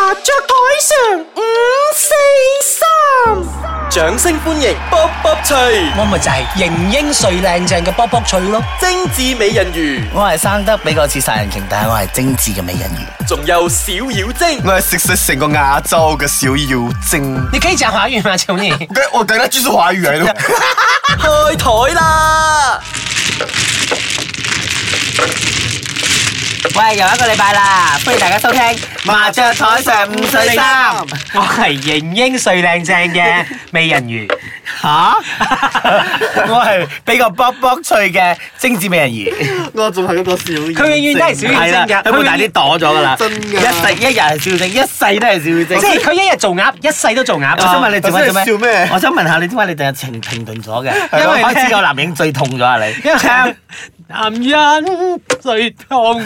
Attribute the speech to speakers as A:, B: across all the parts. A: 海上五四三，掌聲歡迎卜卜脆，
B: 我咪就係型英帥靚正嘅卜卜脆咯，
A: 精致美人魚，
B: 我係生得比較似殺人鯨，但係我係精緻嘅美人魚。
A: 仲有小妖精。
C: 我係食食成個亞洲嘅小妖精。
B: 你可以講華語嗎，求你？
C: 我等下專注華語 嚟咯。
A: 開台啦！
B: 喂，又一個禮拜啦，歡迎大家收聽麻雀台上五四三，我係型英帥靚正嘅美人魚。 吓！我係比較卜卜脆嘅精緻美人魚。
C: 我仲係一個小 妖精。
B: 佢永遠都係小妖精㗎，佢大啲
D: 躲咗噶啦，
C: 真㗎
D: 一世一日係小精，一世都係小精。
B: 即係佢一日做鴨，一世都做鴨。
D: 我想問你做
C: 頭
D: 乜
C: 先你笑
D: 做
C: 咩
D: 咩？我想問下你點解你第日情停頓咗嘅？
B: 因
D: 因
B: 為
D: 為
B: 咧
D: 開始有男影最痛咗啊你。
B: 因為男人最痛，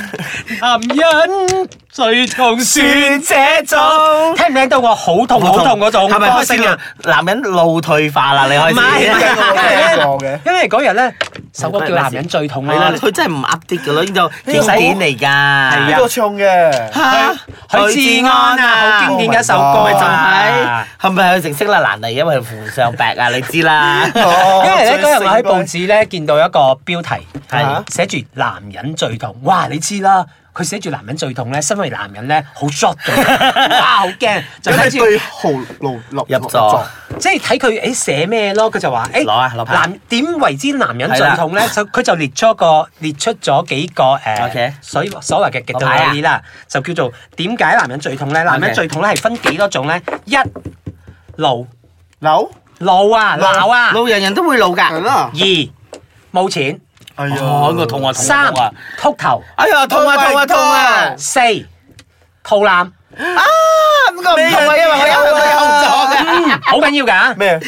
B: 男人最痛，算這種。聽唔聽到我好痛好痛嗰種
D: 係咪
B: 歌
D: 開始
B: 聲啊？
D: 男人路退化啦？你
B: 唔
D: 開
B: 係，
D: 始。
B: 唔 係
C: 我 聽過嘅
B: 因為嗰日咧首歌叫《男人最痛》
D: 係啦，
B: 啦，
D: 佢真係唔 update 噶咯，呢度經典嚟㗎。
C: 邊
D: 係
C: 個唱 嘅？
D: 啊
B: 許志安
D: à.
B: 啊，Oh 好經典嘅一首歌
D: 咪就係
B: 啊。
D: 係咪佢成識啦難嚟？因為扶上壁啊，你知啦。
C: 哦
B: 因為咧嗰日我喺報紙咧見到一個標題，
D: 係
B: 係寫住男人最痛。哇！你知啦，佢寫住男人最痛咧，身為男人咧好 short 嘅， 哇！好驚，就
C: 咁你
B: 睇住
C: 對號路入
D: 入座。
B: 即係睇佢誒寫咩咯，佢就話誒
D: 攞啊攞牌
B: 男點為之男人最痛咧？就佢就列出一個列出咗幾個誒
D: OK
B: 所以所謂嘅極
D: 攞牌啊
B: 端例啦，就叫做點解男人最痛咧？男人
D: OK
B: 最痛咧係分幾多種咧？一怒
C: 樓
B: 怒啊鬧啊，
D: 老人人都會老
C: 係
D: 㗎。
C: 啦。
B: 二冇錢。
C: 哎
B: Ờ,
C: 呀
D: 哦，個痛啊痛啊
B: 三
D: 痛啊！
B: 禿頭，
D: 哎呀，痛啊
C: Oh my
D: 痛啊痛啊
C: God！
B: 四肚腩，
D: 咁我唔痛啊，因為我有我有咗嘅。
B: 嗯好緊要㗎，
C: 咩？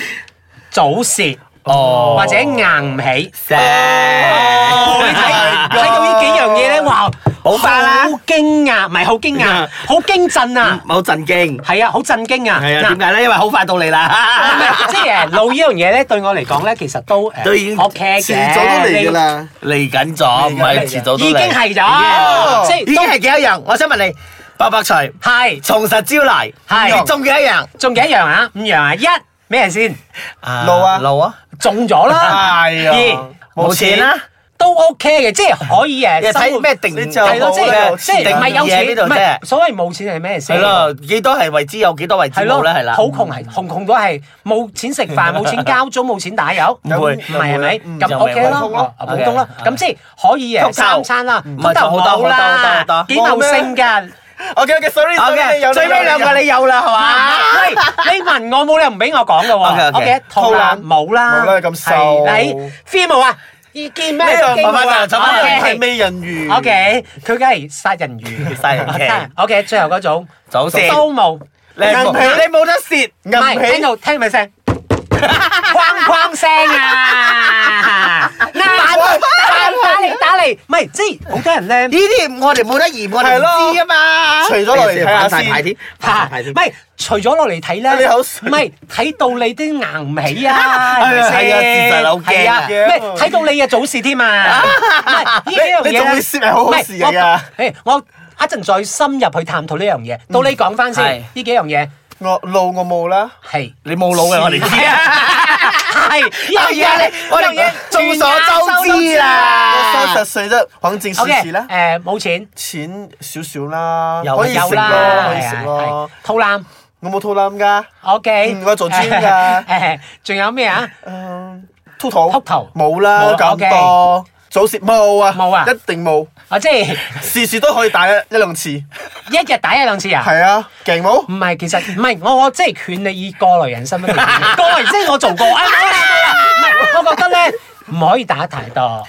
B: 早泄
D: 哦
B: 或者硬唔起。
D: 正
B: 你睇睇到呢幾樣嘢咧，哇！
D: 補返啦
B: 好驚訝，唔係好驚訝，好驚震啊！
D: 冇震驚。
B: 係啊，好震驚啊！
D: 係啊，
B: 嗱
D: 點解咧？因為好快到你啦。
B: 唔係即係誒路呢樣嘢咧，對我嚟講咧，其實都誒
D: 都已經
B: à, OK 嘅，
C: 遲早都嚟㗎啦。
D: 嚟緊咗，唔係遲早
B: 已
D: 都嚟
B: 經係
D: 已
B: 咗，即
D: 經已經
B: 係
D: 係幾多樣？我想問你，白白除
B: 都係
D: 從實招嚟，
B: 係
D: 你中幾多樣？
B: 仲幾一樣啊？五樣啊？一咩先？
C: 路啊
D: 路啊，
B: 中咗啦。
C: 哎呀
B: 二
D: 冇錢啦，
B: 都 OK 嘅，即係可以誒。
D: 你睇咩定
C: 你就
B: 係咯，即係
C: 有
B: 即
C: 錢
B: 係唔係有
D: 呢
B: 錢
D: 度
B: 唔
D: 啫
B: 係所謂冇錢係咩先？
D: 係咯，幾多係為之有，幾多為之
B: 係咯，
D: 冇咧？係啦，
B: 好窮係窮窮到係冇錢食 飯，冇錢交租，冇錢打油，
D: 唔會
B: 唔係係咪
C: 嗯？
B: 咁
D: 就
B: OK
D: 普
B: 咯
D: 通咯，
B: 哦普通咯，
D: OK，
B: 咁即係可以誒
D: 通透
B: 三餐啦，
D: 唔係就好多
B: 冇啦
D: 好多好多好多
B: 幾茂盛㗎。
C: OK OK sorry sorry，有
D: ，OK，最尾兩個你有啦，係嘛？
B: 喂，你問我冇理由唔俾我講嘅喎。
D: OK，OK
B: 肚腩冇啦，
C: 冇啦咁瘦
B: 係你 feel 冇啊？意見咩？
D: 呢度慢慢就走啦
B: OK
C: 係美人魚。
B: O K，佢梗係殺人魚，
D: 殺人鯨。
B: O K，最後嗰種
D: 早泄
B: 都冇，唔
D: 你冇你冇得蝕，
B: 係
C: 暗
B: 聽
C: 起。
B: 到聽咪聲，哐哐聲啊！嗱，打打嚟打嚟，唔係即係好多人
D: 呢
B: 咧
D: 啲我哋冇得驗，我哋
C: 係咯
D: 唔
B: à
D: 知啊嘛。
C: 除咗落嚟睇下
D: 反晒
C: 先
D: 牌添，
B: 嚇，
D: 反晒牌
B: 唔
D: 添。
B: 係除咗落嚟睇咧，
C: 你口
B: 唔
C: 水
B: 係睇到你啲硬唔起 啊，係咪
D: 係啊係啊
B: 先
D: 事實好驚啊
B: 係啊唔係睇到你嘅早事添啊， 唔係呢樣嘢
C: 你
B: 咧
C: 仲會攝係好好事嚟㗎。
B: 誒，我一陣再深入去探討呢樣嘢。
C: 嗯
B: 到你講翻
D: 係
B: 先，呢幾樣嘢
C: 我路我冇啦。
B: 係
D: 你冇腦嘅，我哋知啊。
B: 係呢樣
D: 係啊
B: 嘢
D: 你，我哋
B: 呢樣嘢
D: 眾所周知
C: 我
D: 啦
C: 三十歲啫，黃景時
B: O K，
C: 時啦，
B: 誒冇錢
C: 錢少少啦，
D: 有
C: 可以
B: 有
C: 食
B: 啦
C: 咯，可以
B: 係啊
C: 食
B: 係
C: 咯。
B: 肚腩
C: 我冇肚腩㗎，
B: ，O K，
C: 嗯我做專㗎
B: 誒，仲有咩啊？
C: 誒，禿頭，
B: 禿頭
C: 冇
B: 冇
C: 啦，
B: 啦
C: 咁
B: OK à?
C: 多早泄冇啊，
B: 冇啊
C: 一定冇，
B: 我即係
C: 時時都可以打一一兩次，
B: 一日打一兩次啊？
C: 係啊，勁冇
B: 唔。係，其實唔係，我我即係勸你以過來人身份嚟講， 過來人即係我做過，啊冇啦冇啦，唔係，我覺得咧唔可以打太多。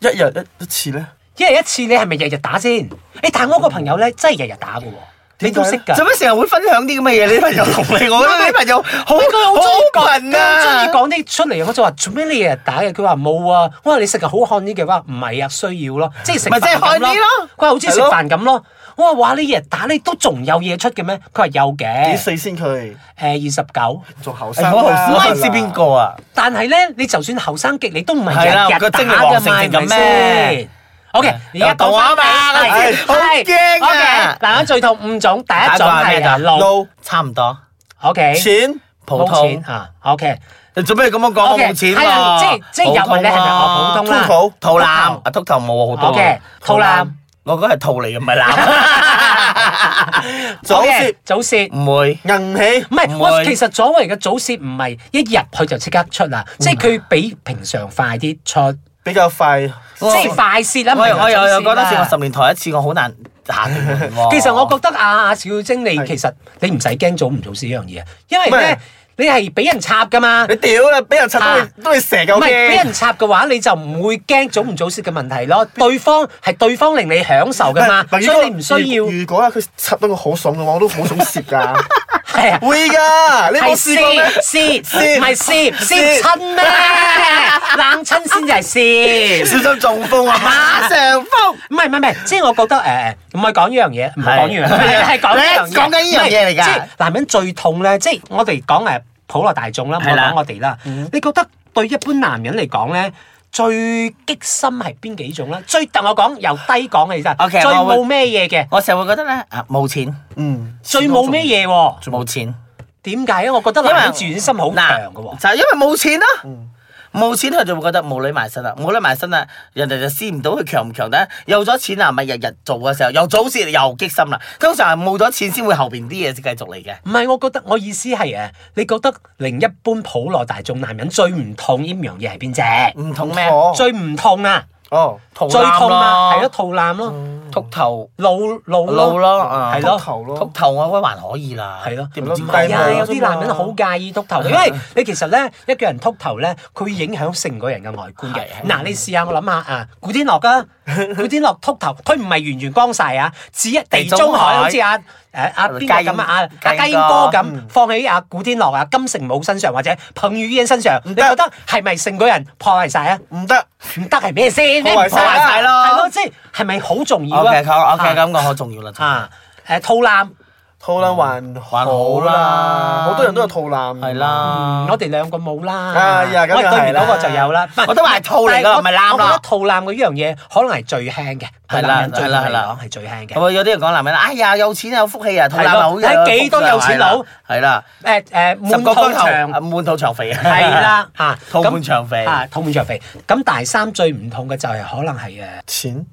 C: 一日一一次咧，
B: 一日一次，你係咪日日打先？誒，但係我個朋友咧，真係日日打嘅喎，你都識㗎。
D: 做咩成日會分享啲咁嘅嘢？你啲朋友同你，我覺得你啲朋友好
B: 喂佢好中意
D: 好
B: 講，
D: 貧
B: 佢
D: 啊！
B: 好中意講啲出嚟，我就話做咩你日日打嘅？佢話冇啊，我話你食嘅好漢啲嘅話，唔係啊，需要咯，即係食
D: 咪即係
B: 飯咁
D: 漢啲咯
B: 佢話好似食
D: 係咯
B: 飯咁咯。我話哇，你日日打你都仲有嘢出嘅咩？佢話有
C: 幾
B: 嘅，誒
C: 歲先佢
B: 二十九。
C: 仲後生
D: 哎
C: 啦
D: 我好我唔知邊個啊？
B: 但係咧，你就算後生極，你都唔係
D: 係啦
B: 日日
D: 個
B: 打
D: 精力旺
B: 㗎嘛，
D: 盛成
B: 係咪
D: 咁咩
B: 先 OK，而
D: 又
B: 家講翻
D: 動畫嘛
B: 係
D: 唉
B: 係
D: 好
C: 驚啊
B: OK，嗱，我最痛五種，第一種係
D: 第一個係啊咩㗎
B: 路
C: 路
D: 差唔多，
B: ，OK，
C: 錢
D: 普
B: 冇錢
D: 通。
B: 嚇，OK。
D: 你做咩咁樣講？我
B: OK，
D: 冇錢
B: 係啊
D: 喎。
B: 即係即係入嚟咧係咪我
D: 啊
B: 普通啦
D: 肚肚腩
B: 禿頭
D: 啊，禿頭冇好多。
B: OK，肚腩，
D: 我嗰係肚嚟嘅，唔係 腩。
C: 早
B: OK，
C: 泄
B: 早泄。
D: 唔會。
C: 硬起
B: 唔係，
D: 唔
B: 我
D: 會
B: 其實左為嘅早泄唔係一入去就即刻出啦，
D: 嗯
B: 即係佢比平常快啲出，
C: 比較快，
B: 即係快泄啦。
D: 我又我又又覺
B: 覺
D: 得似我十年抬一次，我好難行完喎。
B: 其實我覺得啊，阿小晶你
C: 係
B: 其實你唔使驚早唔早泄呢樣嘢啊，因為
C: 咩
B: 咧你係俾人插噶嘛。
C: 你屌啦，俾人插都
B: 啊
C: 會都會成嚿
B: 唔係俾人
C: 嘅。
B: 插嘅話，你就唔會驚早唔早泄嘅問題 咯。對方係對方令你享受噶嘛，
C: 唔係
B: 所以你唔需要
C: 如如果啊，佢插到我好爽嘅話，我都好想攝㗎。
B: 係啊。
C: 會㗎，你
B: 係
C: 冇試過咩？
B: 泄泄
C: 泄
B: 唔係泄泄
C: 泄
B: 親 咩？冷親先至係泄。
D: 小心中風啊！馬上風。
B: 唔係唔係唔係，即係我覺得誒，唔係講呢樣嘢，唔係講呢樣嘢，
D: 係
B: 係講呢樣嘢，
D: 你講緊呢樣嘢嚟㗎
B: 唔係即係男人最痛咧，即係我哋講誒普羅大眾啦，唔好
D: 係啦
B: 講我哋啦。你覺得對一般男人嚟講咧，最激心係邊幾種咧？最特我講由低講起身
D: OK，
B: 最
D: 我會
B: 冇咩嘢嘅，
D: 我成日會覺得咧，啊冇錢，
C: 嗯，
B: 最冇咩嘢喎？
D: 冇錢。
B: 點解咧？我覺得
D: 因為
B: 男人自尊心好強
D: 嗱
B: 嘅喎。
D: 就係因為冇錢啦。冇錢佢就會覺得冇女埋身啦，冇女埋身啦，人哋就試唔到佢強唔強得。有咗錢啊，咪日日做嘅時候又早泄又激心啦。通常係冇咗錢先會後邊啲嘢先繼續嚟嘅。
B: 唔係，我覺得我意思係誒，你覺得另一般普羅大眾男人最唔痛呢樣嘢係邊只？
D: 唔同咩？
C: 哦
B: 最唔痛啊！
C: 哦，
D: 肚
B: 最
D: 腩
B: 痛啊，係咯，
D: 咯，
B: 肚腩咯，
D: 禿頭、
B: 腦腦
D: 腦咯，啊
B: 係咯
C: 禿頭咯
D: 禿頭我覺得還可以啦。
B: 係咯，
D: 點
C: 咯
D: 知
B: 唔
C: 低
B: 係
C: 帽
B: 啊，
C: 啫
B: 有啲
C: 嘛
B: 男人好介意禿頭嘅，因為你其實咧一個人禿頭咧，佢會影響成個人嘅外觀嘅
D: 係。係
B: 嗱，你試下我諗下啊，古天樂啊，古天樂禿頭，佢唔係完全光晒啊，只一地中海好似阿誒阿邊個咁啊，阿阿家英哥咁放喺阿古天樂啊、金城武身上或者彭于晏身上，你覺得係咪成個人破壞晒啊？
C: 唔得，
B: 唔得係咩先？
C: 破壞
D: 晒啦
B: 晒係咯，即係係咪好重要
D: O
B: 啊
D: K，好 O K，
B: 啊
D: 咁我好重要啦。
B: 啊誒肚腩，
C: 肚腩還
D: 嗯還好啦
C: 好多人都有肚腩。
D: 係。啦，
B: 我哋兩個冇啦。
C: 哎呀咁
B: 我
C: 就
B: 對
C: 係
B: 面
C: 啦
B: 嗰個就有啦。唔係
D: 我都話係肚嚟㗎
B: 但我
D: 唔係腩啦
B: 我覺得肚腩嘅呢樣嘢可能係最輕嘅，
D: 係啦
B: 對男人最
D: 係啦係啦
B: 嚟講係最輕嘅。
D: 我有啲人講男人啦，哎呀有錢有福氣啊，肚腩好
B: 係咯睇幾多有錢佬
D: 係啦，
B: 誒誒
D: 十
B: 滿
D: 個
B: 肚
D: 骨 頭
B: 長
D: 啊，滿肚長肥啊，
B: 係，啦嚇，
D: 肚
B: 咁
D: 滿腸肥
B: 啊，肚滿腸肥。咁第三最唔痛嘅就係可能係誒。
C: 錢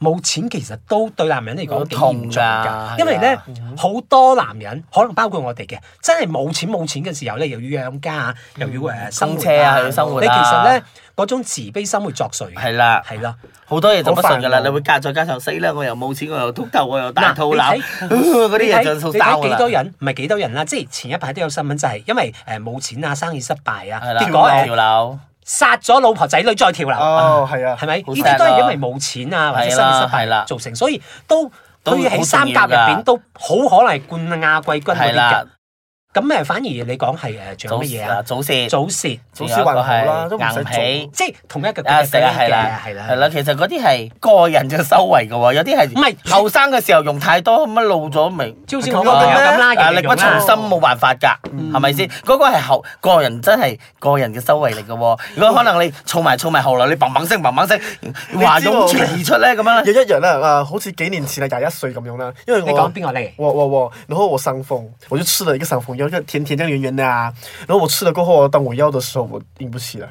B: 冇錢其實都對男人嚟講幾嚴重
D: 好
B: 㗎，
D: 痛㗎
B: 因為咧
D: 係啊
B: 好多男人，可能包括我哋嘅，真係冇錢冇錢嘅時候咧，又要養家啊，又要誒生活
D: 嗯供車啊又要生活啊
B: 你其實咧嗰種慈悲心會作祟嘅，
D: 係啊啦，
B: 係 啦。
D: 好多嘢就不
B: 啊
D: 順㗎啦，
C: 好煩惱
D: 你會加再加上死啦，我又冇錢，我又禿頭，我又大肚腩，
B: 嗱
D: 嗰啲嘢就數
B: 你睇
D: 爆
B: 你睇
D: 㗎
B: 幾多
D: 啦。
B: 人？唔係幾多人啦，即係前一排都有新聞，就係因為誒冇錢啊，生意失敗啊，
D: 係啦，
B: 結果誒
D: 跳樓，
B: 殺咗老婆仔女再跳樓。
C: 哦，係啊，
B: 係咪？呢
D: 好
B: 啲都
D: sad
B: 係
D: 啊
B: 因為冇錢啊，或者生意
D: 係啦
B: 失
D: 係啦
B: 敗造成，所以都
D: 都
B: 佢喺三甲入
D: 好重要
B: 邊
D: 㗎
B: 都好可能係冠亞季軍嗰
D: 係
B: 啲嘅
D: 啦。，
B: 咁誒，反而你講係誒，仲有
D: 早
B: 乜嘢啊？
D: 早泄，
B: 早泄，
C: 早泄還好啦都唔使
D: 硬皮。
B: 即係同一個
D: 啊，
B: 嘅
D: 死啦，係啦，
B: 係啦，
D: 係啦，其實嗰啲係個人嘅修為嘅喎，有啲係
B: 唔係
D: 後生嘅時候用太多，咁啊老咗咪
B: 即好似
D: 咁
B: 我
D: 咯
B: 個朋友咁啦
D: 啊
B: 人哋
D: 力不
B: 用啦
D: 從心冇辦法㗎，係咪先？嗰個係後個人真係個人嘅修為嚟嘅喎。如果可能你儲埋儲埋，後來你砰砰聲砰砰聲，話
C: 知喎
D: 湧泉而出咧咁樣
C: 有
D: 咧，
C: 一日咧，啊，好似幾年前啊，廿一歲咁樣啦，因為我
B: 你講邊個嚟？
C: 我我我，然后我伤风，我就吃了一个伤风药，就甜甜这样圆圆的啊。然后我吃了过后，当我要的时候，我硬不起来，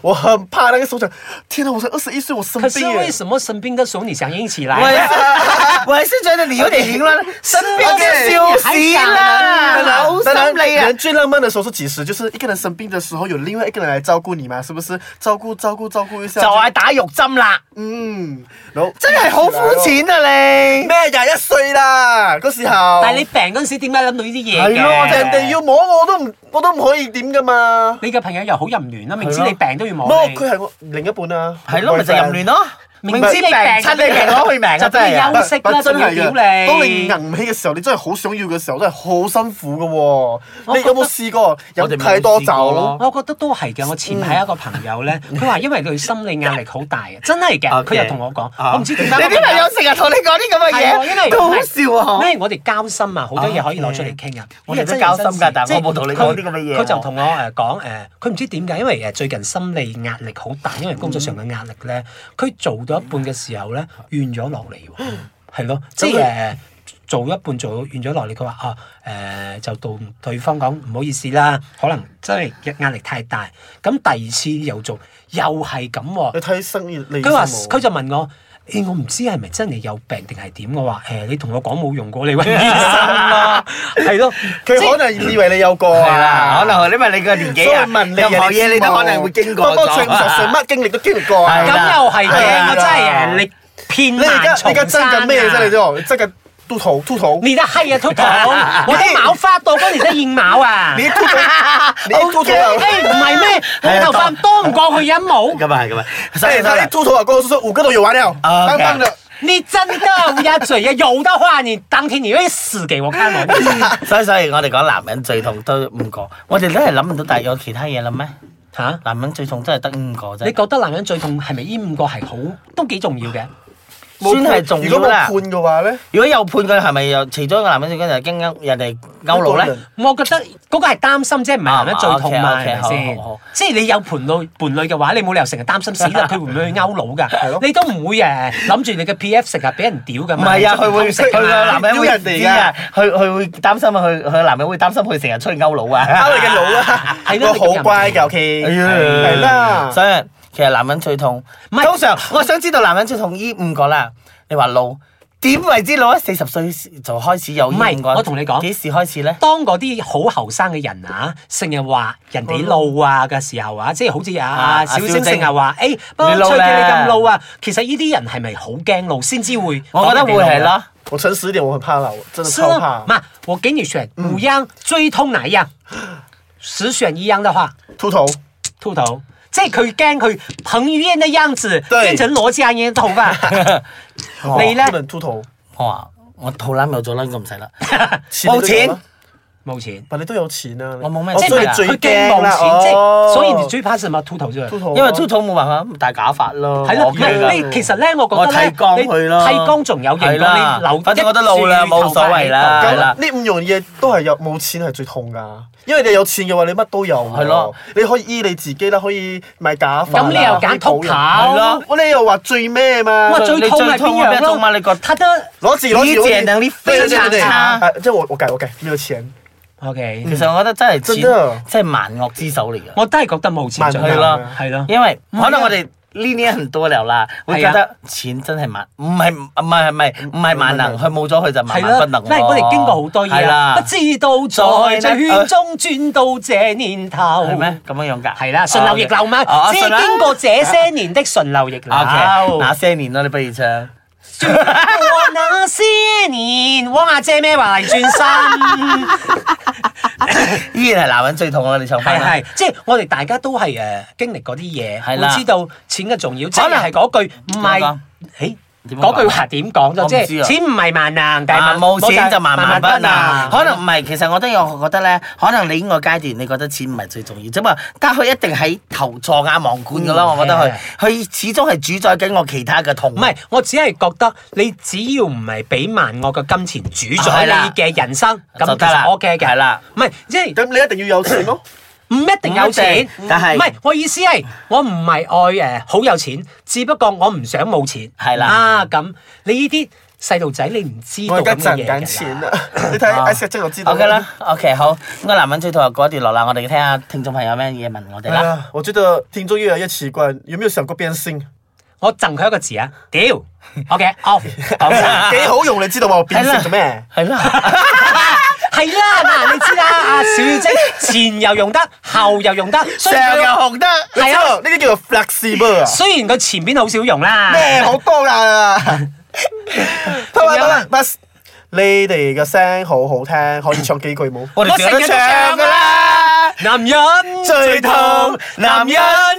C: 我很怕那个时候想，天哪，我才二十一岁，我生
B: 可是
C: 病
B: 為
C: 耶。
B: 什麼生病的時候你想硬起來？
D: 我也是，我也是覺得你有點淫亂，身邊嘅笑死啦，好
C: 当然
D: 心你啊！
C: 人最浪漫的时候是几时？就是一个人生病的时候，有另外一个人来照顾你嘛，是不是？照顾照顾照顾一下。
D: 就係打肉針啦，
C: 嗯，然后
D: 真係好膚。淺啊你！
C: 咩廿一歲啦？嗰時候。
B: 但係你病嗰陣時點解諗到呢啲嘢嘅？
C: 係咯，人哋要摸我我都唔我都唔可以點噶嘛。
B: 你嘅朋友又好淫亂啦，明知
D: 係咯
B: 你病都要
C: 唔
B: 摸
C: 係
B: 你，
C: 佢係我另一半啊。
D: 係咯，咪就淫亂咯。
B: 明知你病
D: 趁你命攞去命啊！
B: 就
D: 真係啊
B: 休息啦，仲要屌你。
C: 當你硬唔起嘅時候，你真係好想要嘅時候，真係好辛苦嘅喎。你有冇試過
D: 我哋
C: 飲
D: 冇
C: 太多
D: 試過
C: 酒
D: 咯？
B: 我覺得都係嘅。我前排有一個朋友咧，佢話因為佢心理壓力好大嘅，真係嘅。
D: OK
B: 佢又同我講，
D: 啊
B: 我唔知點解
D: 你
B: 我
D: 啲朋
B: 朋
D: 友
B: 友。
D: 成日同你講啲咁嘅
B: 係喎因為
D: 嘢，都好笑啊！
B: 因為我哋交心啊，好多嘢可以攞出嚟傾啊。
D: 我
B: 因為
D: 哋都
B: 真人
D: 交
B: 真
D: 心㗎
B: 事
D: 但係
B: 即係
D: 我冇同你
B: 佢
D: 講啲咁嘅嘢哦
B: 佢就
D: 喎
B: 同我誒講誒，佢唔知點解，因為誒最近心理壓力好大，因為工作上嘅壓力咧，佢做咗到一半嘅時候咧，
D: 啊
B: 怨咗落嚟喎，
D: 嗯
B: 係咯，即係誒做一半做怨咗落嚟，佢話啊誒、就同對方講唔好意思啦，可能真係壓力太大，咁第二次又做又係咁喎
C: 你。睇生意，你
B: 佢話
C: 生冇啊
B: 佢就問我。誒、我唔知係咪真係有病定係點？我話誒、你同我講冇用過，你揾醫生啦， 係咯，即
C: 佢
B: 係
C: 可 能以為你有個啊，
D: 係啦，可能因為你個年紀啊，
C: 所以問你，
D: 任何嘢你都可能會經過
C: 不過
D: 咗。
C: 確實實乜經歷都經歷過
D: 係
B: 咁
D: 啦
C: 啊。
B: 又係嘅，
C: 係
B: 我真係誒，你
C: 你
B: 騙
C: 而
B: 難
C: 家你而家
B: 重
C: 真
B: 山
C: 緊咩啫？你
B: 啊！
C: 知道？真緊秃頭秃頭，
B: 你的閪啊，秃頭！ 我的毛發到嗰年都現毛啊！
C: 你秃 頭，你秃頭
B: 誒
C: 啊！
B: 唔係 咩？
D: 係啊
B: 我頭髮多唔過佢一毛。
D: 咁啊，係，咁啊。收啦，
C: 哎，他
D: 收啦。
C: 一秃頭啊，跟我說五個都有完了，
D: 啊
C: 棒棒的。
B: 你真的烏鴉嘴啊！有的話，你當天你會死給我看我。
D: 所以-所以我哋講男人最痛都五個，我哋都係諗唔到，但係有其他嘢諗咩？男人最痛真係得五個啫。
B: 嚇！你覺得男人最痛係咪呢五個係好都幾重要嘅？
D: 算係重要啦。
C: 如果冇判嘅話咧，
D: ờ, 如果有判佢，係咪又其中一個男人應該就係經勾人哋勾佬呢？
B: 我覺得嗰個係擔心啫，唔係男人最痛嘛，
D: 啊
B: 係咪
D: ，OK，OK，
B: 先
D: 好好好？
B: 即係你有伴侶伴侶嘅話，你冇理由成日擔心死啦，佢會唔會去勾佬㗎？你都唔會誒諗住你嘅 P.F. 成日俾人屌㗎嘛？
D: 唔係啊，佢會-
B: 你都唔通食㗎嘛
D: 佢個男人會
C: 屌人哋㗎。
D: 知啊，佢-佢會擔心啊，佢-佢個男人會擔心佢成日出去勾佬啊。
C: 敲呃你嘅腦啦，
B: 係咯
C: 我
B: 你咁
C: 好乖嘅，OK，
D: 哎呀
C: 係啦。
D: 所以其實男人最痛，
B: 唔係
D: 通常我想知道男人最痛呢五個啦。你話老點為之老咧？啊四十歲就開始有
B: 唔
D: 呢
B: 係
D: 五個。
B: 我同你講
D: 幾時開始咧？
B: 當嗰啲好後生嘅人啊，成日話人哋老啊嘅時候啊，即係好似啊
D: 啊
B: 啊小
D: 小
B: 星
D: 晶
B: 成日話，誒，不
D: 你老
B: 吹嘅你
D: 啦
B: 咁老啊，其實呢啲人係咪好驚老先至會？
D: 我覺得會係。咯，
C: 我誠實一點，我很怕老，我真的
B: 是
C: 超
B: 咯，
C: 怕。
B: 嘛，我給你選
D: 嗯
B: 五樣最痛哪一樣？ 十選一樣的話，
C: 秃頭，
B: 秃頭，即係佢驚佢彭于晏嘅樣子
C: 對
B: 變成羅家英嘅頭 髮。你咧
C: 不能秃頭，
D: 我話我肚腩有咗啦，應該唔使啦。
C: 錢都啊
D: 冇錢
C: 有啦，
B: 冇錢，
C: 但你都有錢啊！
D: 我冇咩
C: 哦
B: 即
D: 錢
B: 係
C: 所以
D: 啊
C: 最
B: 佢驚
C: 驚
B: 冇
C: 啦，
B: 錢，即係
C: 哦
B: 所以你最怕什麼秃頭啫？
C: 秃頭啊，
D: 因為秃肚冇辦法戴假髮咯。
B: 係咯，
D: 我
B: 唔
D: 驚㗎
B: 係你其實咧，我覺得咧，
D: 我剃光佢咯
B: 你剃光仲有型
D: 係啦
B: 過你留，
D: 反正我都老啦
B: 一撮
D: 冇所謂啦
B: 頭髮喺
D: 係
B: 度
D: 啦
C: 咁呢五樣嘢都係有冇錢係最痛㗎，因為你有錢嘅話，你乜都有喎。
D: 係咯
C: 你可以醫你自己啦，可以買假髮啦。
B: 咁你又
C: 可以
B: 揀
C: 保
B: 禿頭，
C: 養
D: 係咯
C: 我你又話最咩嘛？
B: 哇！
D: 你
B: 最痛係
D: 最痛
B: 邊
D: 係
B: 樣
D: 邊種嘛
B: 咯？
D: 你覺得
B: 他的
C: 攞字攞
D: 理
C: 字攞
D: 解
C: 字，
D: 能力非常
C: 對對對對
D: 差嗯
C: 啊即係我我改我改，沒有錢，
B: OK，
D: 其實我覺得真係
C: 真㗎
D: 錢，真係萬惡之首嚟嘅。
B: 我都係覺得冇錢
C: 慢
B: 最
C: 去
D: 係
B: 啦，
D: 咯
C: 啦，
B: 係咯。
D: 因為可
B: 唔係啊
D: 能我哋呢啲人多流啦，
B: 係
D: 會
B: 啊
D: 覺得錢真係萬，唔係唔係唔係唔係萬能，佢冇咗佢就萬
B: 係
D: 萬
B: 啦
D: 不，能
B: 因為我哋經過好多
D: 係
B: 嘢啊，
D: 啦
B: 不，知道在這圈中轉到這年頭，
D: 係咩？咁樣樣㗎？
B: 係啦，順流逆流嘛，
D: 哦
B: 即
D: 順流
B: 係經過這些年的順流逆流。
D: OK，那些年咯，你不如唱。
B: 我那些年，汪阿姐咩話嚟轉身？
D: 依 然係男人最痛啊！你唱翻
B: 係
D: 啦。
B: 係，即係我哋大家都係誒經歷嗰啲嘢，
D: 係啦
B: 會知道錢嘅重要。即
D: 可能
B: 係嗰句唔係，誒
D: 點講點講
B: 嗰句話點講
D: 我
B: 咗？
D: 唔
B: 即
D: 知
B: 係
D: 啊
B: 錢唔係萬能，但係
D: 啊
B: 萬
D: 冇錢就萬萬不能，
B: 可
D: 可能唔係。其實我都有覺得咧，可能你呢個階段你覺得錢唔係最重要啫嘛，但係佢一定喺頭坐眼望冠噶啦。
B: 嗯
D: 我覺得佢
B: 係啊
D: 佢始終係主宰緊我其他嘅痛。
B: 唔係，我只係覺得你只要唔係俾萬惡嘅金錢主宰
D: 係啦
B: 你嘅人生，咁
D: 就
B: 其
D: 得啦
B: 實 O K 嘅。
D: 係啦，
B: 唔係即係。
C: 咁你一定要有錢咯。
B: 唔一定有
D: 唔一
B: 錢
D: 定，但係
B: 唔係我意思係我唔係愛誒好有錢，只不過我唔想冇錢。
D: 係啦
B: 啊咁你呢啲細路仔你唔知道
C: 我而
B: 咁
C: 家
B: 嘅
C: 賺
B: 嘢
C: 緊
B: 㗎
C: 錢
B: 啦。
C: 啦，你睇 I 石真就知
D: 哦
C: 道。
D: 啊 OK 啦。，OK 好，咁個啊男人最痛就嗰一段落啦，我哋聽下聽眾朋友有咩嘢問我哋
C: 哎
D: 啦。
C: 呀，我覺得聽眾越來越奇怪，有沒有想過 變性？
B: 我贈佢一個字啊，屌，OK off，講晒
C: 幾好用，你知道冇？變性做咩？
D: 係啦，
B: 係啦，嗱你知啦，阿小妖精前又用得，後又用得，雖
D: 上
B: 然
D: 又
B: 佢
D: 紅得，
C: 係
B: 係
C: 啊，
B: 啊
C: 呢啲叫做 flexible 啊。
B: 雖然佢前邊好少用啦，
C: 咩好多啦？得啦得
D: 啊
C: 啦，bus，你哋嘅聲好好聽，可以唱幾句冇？
D: 我哋
B: 我成日
D: 成日
B: 都
D: 都
B: 唱
D: 唱㗎啦。
B: 男人
D: 最痛，男人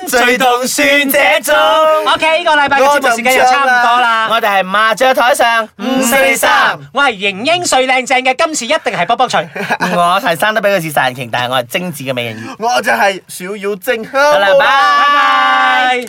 D: 最痛算這種。
B: ，OK 呢個禮拜嘅節目時間又差唔多啦。
D: 我哋係麻雀台上五四三，
B: 我係型英帥靚正嘅，今次一定係卜卜脆。
D: 我係生得比佢似殺人鯨，但係我係精緻嘅美人魚。
C: 我就係小妖精。
D: 好
C: 好啊
D: 啦，拜拜。